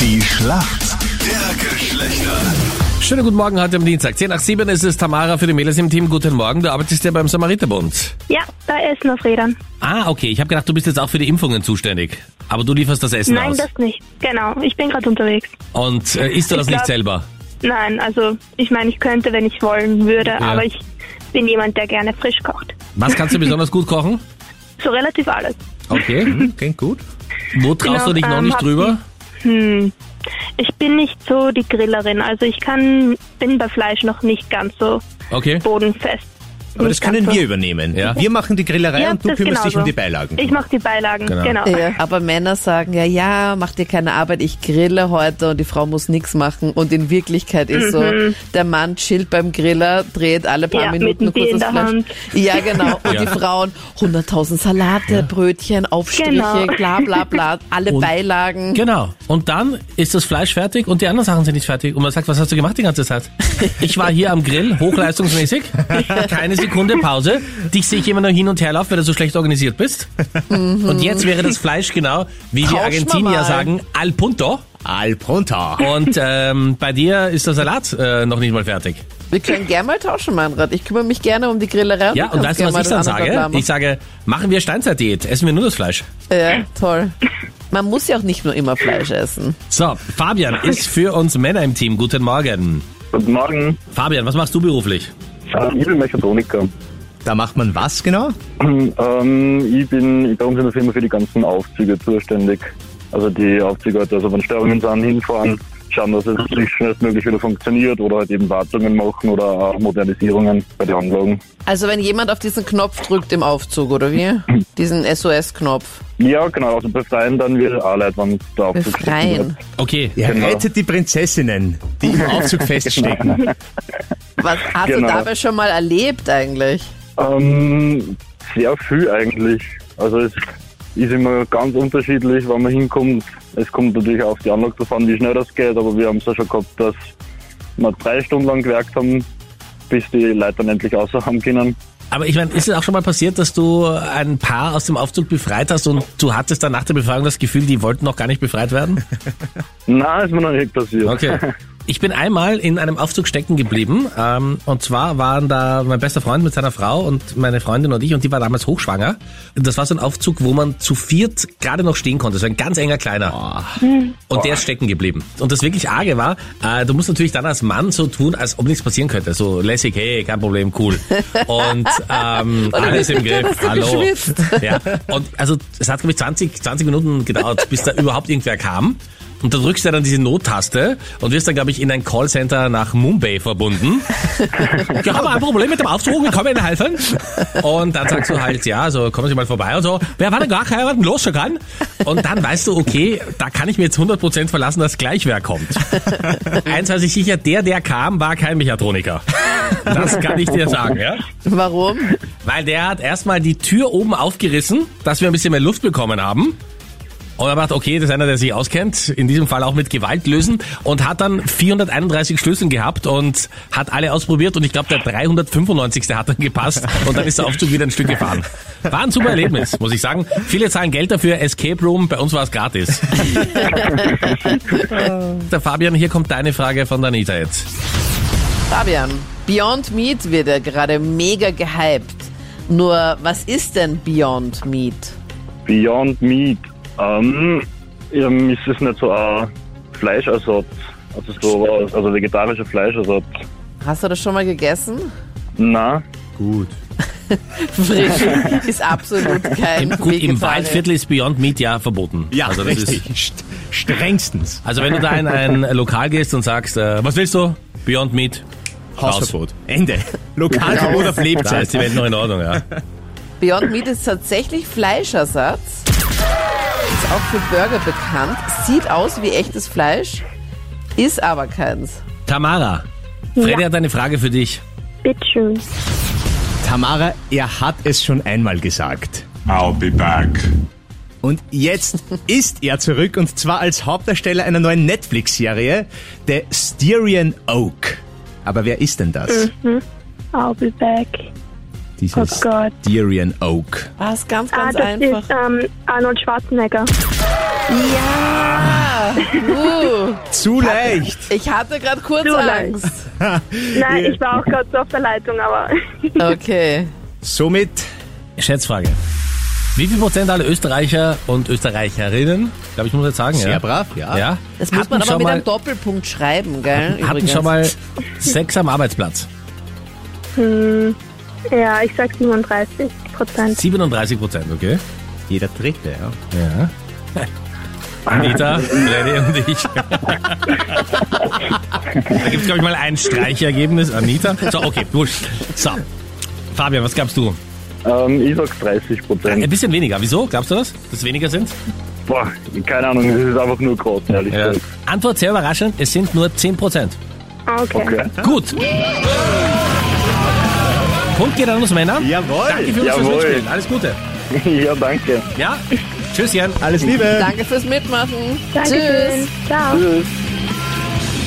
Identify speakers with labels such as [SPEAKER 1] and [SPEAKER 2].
[SPEAKER 1] Die Schlacht der Geschlechter.
[SPEAKER 2] Schönen guten Morgen heute am Dienstag. 10 nach 7 ist es Tamara für die Mädels im Team. Guten Morgen, du arbeitest ja beim Samariterbund.
[SPEAKER 3] Ja, bei Essen auf Rädern.
[SPEAKER 2] Ah, okay. Ich habe gedacht, du bist jetzt auch für die Impfungen zuständig. Aber du lieferst das Essen
[SPEAKER 3] Nein,
[SPEAKER 2] aus.
[SPEAKER 3] das nicht. Genau, ich bin gerade unterwegs.
[SPEAKER 2] Und äh, isst du das
[SPEAKER 3] Ich
[SPEAKER 2] nicht
[SPEAKER 3] glaub-
[SPEAKER 2] selber?
[SPEAKER 3] Nein, also ich meine, ich könnte, wenn ich wollen würde, aber ich bin jemand, der gerne frisch kocht.
[SPEAKER 2] Was kannst du besonders gut kochen?
[SPEAKER 3] So relativ alles.
[SPEAKER 2] Okay.
[SPEAKER 4] Klingt gut.
[SPEAKER 2] Wo traust du dich noch
[SPEAKER 3] ähm,
[SPEAKER 2] nicht
[SPEAKER 3] hab-
[SPEAKER 2] drüber?
[SPEAKER 3] Hm. Ich bin nicht so die Grillerin, also ich kann, bin bei Fleisch noch nicht ganz so
[SPEAKER 2] Okay.
[SPEAKER 3] bodenfest.
[SPEAKER 4] Aber das
[SPEAKER 3] Nicht ganz
[SPEAKER 4] können
[SPEAKER 3] so-
[SPEAKER 4] wir übernehmen.
[SPEAKER 2] Ja.
[SPEAKER 4] Wir machen die Grillerei
[SPEAKER 3] Ja,
[SPEAKER 4] und du
[SPEAKER 3] das
[SPEAKER 4] kümmerst dich
[SPEAKER 3] genauso.
[SPEAKER 4] um die Beilagen.
[SPEAKER 3] Ich mache die Beilagen,
[SPEAKER 2] Genau.
[SPEAKER 3] genau.
[SPEAKER 5] Ja, aber Männer sagen ja, ja, mach dir keine Arbeit, ich grille heute und die Frau muss nichts machen. Und in Wirklichkeit ist so, der Mann chillt beim Griller, dreht alle
[SPEAKER 3] Mhm.
[SPEAKER 5] paar
[SPEAKER 3] Ja, mit
[SPEAKER 5] Minuten
[SPEAKER 3] dem
[SPEAKER 5] kurz
[SPEAKER 3] Bier in
[SPEAKER 5] das
[SPEAKER 3] der
[SPEAKER 5] Fleisch.
[SPEAKER 3] Hand.
[SPEAKER 5] Ja, genau. Und
[SPEAKER 2] Ja.
[SPEAKER 5] die Frauen, 100.000 Salate, Brötchen, Aufstriche,
[SPEAKER 3] Genau.
[SPEAKER 5] bla bla bla, alle
[SPEAKER 2] Und-
[SPEAKER 5] Beilagen.
[SPEAKER 2] Genau. Und dann ist das Fleisch fertig und die anderen Sachen sind nicht fertig. Und man sagt, was hast du gemacht die ganze Zeit? Ich war hier am Grill, hochleistungsmäßig, keine Sekunde Pause. Dich sehe ich immer nur hin und her laufen, weil du so schlecht organisiert bist. Und jetzt wäre das Fleisch genau, wie
[SPEAKER 5] Mhm. Tauschen
[SPEAKER 2] wir
[SPEAKER 5] wir
[SPEAKER 2] Argentinier
[SPEAKER 5] mal.
[SPEAKER 2] sagen, al punto.
[SPEAKER 4] Al pronto.
[SPEAKER 2] Und ähm, bei dir ist der Salat äh, noch nicht mal fertig.
[SPEAKER 5] Wir können gerne mal tauschen, Meinrad. Ich kümmere mich gerne um die Grillerei.
[SPEAKER 2] Ja,
[SPEAKER 5] du
[SPEAKER 2] und weißt
[SPEAKER 5] kannst
[SPEAKER 2] du,
[SPEAKER 5] gerne
[SPEAKER 2] was ich
[SPEAKER 5] mal
[SPEAKER 2] dann
[SPEAKER 5] das andere
[SPEAKER 2] sage?
[SPEAKER 5] Bla
[SPEAKER 2] Ich sage, machen wir Steinzeitdiät, essen wir nur das Fleisch.
[SPEAKER 5] machen. ja, toll. Man muss ja auch nicht nur immer Fleisch essen.
[SPEAKER 2] So, Fabian ist für uns Männer im Team. Guten Morgen.
[SPEAKER 6] Guten Morgen,
[SPEAKER 2] Fabian, was machst du beruflich?
[SPEAKER 6] äh, ich bin Mechatroniker.
[SPEAKER 4] Da macht man was genau?
[SPEAKER 6] Ähm, ich bin bei uns in der Firma für die ganzen Aufzüge zuständig. Also die Aufzüge, halt, also wenn Störungen sind, hinfahren, schauen, dass es sich schnellstmöglich wieder funktioniert oder halt eben Wartungen machen oder auch Modernisierungen bei den Anlagen.
[SPEAKER 5] Also wenn jemand auf diesen Knopf drückt im Aufzug, oder wie? Diesen SOS-Knopf.
[SPEAKER 6] Ja, genau, also befreien dann wir alle Leute, wenn der Aufzug
[SPEAKER 5] Befreien.
[SPEAKER 2] Okay,
[SPEAKER 4] Ja,
[SPEAKER 6] Genau.
[SPEAKER 4] rettet die Prinzessinnen, die im Aufzug feststecken.
[SPEAKER 2] Genau.
[SPEAKER 5] Was hast
[SPEAKER 6] Genau.
[SPEAKER 5] du dabei schon mal erlebt eigentlich?
[SPEAKER 6] Ähm, sehr viel eigentlich. Also es ist immer ganz unterschiedlich, wann man hinkommt. Es kommt natürlich auf die Anlage drauf an, wie schnell das geht, aber wir haben es ja schon gehabt, dass wir drei Stunden lang gewerkt haben, bis die Leute dann endlich außer haben können.
[SPEAKER 2] Aber ich meine, ist es auch schon mal passiert, dass du ein Paar aus dem Aufzug befreit hast und du hattest dann nach der Befreiung das Gefühl, die wollten noch gar nicht befreit werden?
[SPEAKER 6] Nein, ist mir noch nicht passiert.
[SPEAKER 2] Okay. Ich bin einmal in einem Aufzug stecken geblieben. Ähm, und zwar waren da mein bester Freund mit seiner Frau und meine Freundin und ich und die war damals hochschwanger. Und Das war so ein Aufzug, wo man zu viert gerade noch stehen konnte. So ein ganz enger kleiner. Und der ist stecken geblieben. Und das wirklich Arge war, äh, du musst natürlich dann als Mann so tun, als ob nichts passieren könnte. So lässig, hey, kein Problem, cool. Und ähm, alles im Griff.
[SPEAKER 5] du
[SPEAKER 2] Hallo.
[SPEAKER 5] beschwipst.
[SPEAKER 2] Ja, und also es hat, glaube ich, 20, 20 Minuten gedauert, bis da überhaupt irgendwer kam. Und da drückst du dann diese Nottaste und wirst dann, glaube ich, in ein Callcenter nach Mumbai verbunden. Wir haben ein Problem mit dem Aufzug, wir können Ihnen helfen. Und dann sagst du halt, ja, so kommen Sie mal vorbei und so. Wer war denn gar heiraten? Los schon kann. Und dann weißt du, okay, da kann ich mir jetzt 100% verlassen, dass gleich wer kommt. Eins weiß ich sicher, der, der kam, war kein Mechatroniker. Das kann ich dir sagen, ja.
[SPEAKER 5] Warum?
[SPEAKER 2] Weil der hat erstmal die Tür oben aufgerissen, dass wir ein bisschen mehr Luft bekommen haben. Und er macht, okay, das ist einer, der sich auskennt, in diesem Fall auch mit Gewalt lösen und hat dann 431 Schlüssel gehabt und hat alle ausprobiert und ich glaube, der 395. hat dann gepasst und dann ist der Aufzug wieder ein Stück gefahren. War ein super Erlebnis, muss ich sagen. Viele zahlen Geld dafür, Escape Room, bei uns war es gratis. der Fabian, hier kommt deine Frage von Danita jetzt.
[SPEAKER 5] Fabian, Beyond Meat wird ja gerade mega gehypt. Nur, was ist denn Beyond Meat?
[SPEAKER 6] Beyond Meat. Ähm, ähm, ist es nicht so ein Fleischersatz? Also so also vegetarischer Fleischersatz.
[SPEAKER 5] Hast du das schon mal gegessen?
[SPEAKER 6] Nein.
[SPEAKER 4] gut.
[SPEAKER 5] Frisch ist absolut kein
[SPEAKER 2] Gut, im
[SPEAKER 5] Vegetarier.
[SPEAKER 2] Waldviertel ist Beyond Meat ja verboten.
[SPEAKER 4] Ja,
[SPEAKER 2] also das ist
[SPEAKER 4] richtig. St strengstens.
[SPEAKER 2] Also wenn du da in ein Lokal gehst und sagst, äh, was willst du? Beyond Meat.
[SPEAKER 4] Hausverbot. Ende. Lokalverbot auf
[SPEAKER 2] Genau. Da ist
[SPEAKER 4] Lebzeit.
[SPEAKER 2] die Welt noch in Ordnung, ja.
[SPEAKER 5] Beyond Meat ist tatsächlich Fleischersatz. Ist auch für Burger bekannt. Sieht aus wie echtes Fleisch, ist aber keins.
[SPEAKER 2] Tamara, Freddy hat eine Frage für dich.
[SPEAKER 3] Bitteschön.
[SPEAKER 4] Tamara, er hat es schon einmal gesagt.
[SPEAKER 1] I'll be back.
[SPEAKER 4] Und jetzt ist er zurück und zwar als Hauptdarsteller einer neuen Netflix-Serie, The Styrian Oak. Aber wer ist denn das?
[SPEAKER 3] Äh, I'll be back.
[SPEAKER 4] Dieses
[SPEAKER 3] Oh Gott.
[SPEAKER 4] Styrian Oak.
[SPEAKER 5] Ah, ist ganz, ganz
[SPEAKER 3] ah, das
[SPEAKER 5] einfach.
[SPEAKER 3] ist ähm, Arnold Schwarzenegger.
[SPEAKER 5] Ja, gut.
[SPEAKER 4] Zu leicht.
[SPEAKER 5] Ich hatte gerade kurz
[SPEAKER 3] So leicht.
[SPEAKER 5] Angst.
[SPEAKER 3] Nein, ich war auch gerade so auf der Leitung, aber
[SPEAKER 5] Okay.
[SPEAKER 4] Somit
[SPEAKER 2] Schätzfrage. Wie viel Prozent aller Österreicher und Österreicherinnen, glaube ich, muss jetzt sagen,
[SPEAKER 4] sehr
[SPEAKER 2] ja,
[SPEAKER 4] brav, ja.
[SPEAKER 2] ja
[SPEAKER 5] Das muss
[SPEAKER 2] hatten
[SPEAKER 5] man aber
[SPEAKER 2] schon
[SPEAKER 5] mit
[SPEAKER 2] mal,
[SPEAKER 5] einem Doppelpunkt schreiben, gell?
[SPEAKER 2] hatten
[SPEAKER 5] Übrigens.
[SPEAKER 2] schon mal Sex am Arbeitsplatz.
[SPEAKER 3] ja, ich sag 37 Prozent.
[SPEAKER 2] 37 Prozent, okay?
[SPEAKER 4] Jeder Dritte, ja.
[SPEAKER 2] Ja. Anita, Lenny und ich. da gibt es, glaube ich, mal ein Streichergebnis. Anita. So, okay, wurscht. So. Fabian, was glaubst du?
[SPEAKER 6] Ähm, ich sag 30 Prozent.
[SPEAKER 2] Ein bisschen weniger. Wieso? Glaubst du das? Dass es weniger sind?
[SPEAKER 6] Boah, keine Ahnung, das ist einfach nur groß, ehrlich gesagt.
[SPEAKER 2] Antwort sehr überraschend. Es sind nur 10 Prozent.
[SPEAKER 3] Okay.
[SPEAKER 6] Okay.
[SPEAKER 2] Gut. Punkt geht an uns Männer. Danke
[SPEAKER 4] Jawohl.
[SPEAKER 2] für uns fürs
[SPEAKER 6] Jawohl.
[SPEAKER 2] Mitspielen. Alles Gute.
[SPEAKER 6] ja, danke.
[SPEAKER 2] Ja. Tschüss, Jan.
[SPEAKER 4] Alles Liebe.
[SPEAKER 5] Danke fürs Mitmachen.
[SPEAKER 3] Dankeschön.
[SPEAKER 5] Tschüss.
[SPEAKER 3] Ciao.
[SPEAKER 6] Tschüss.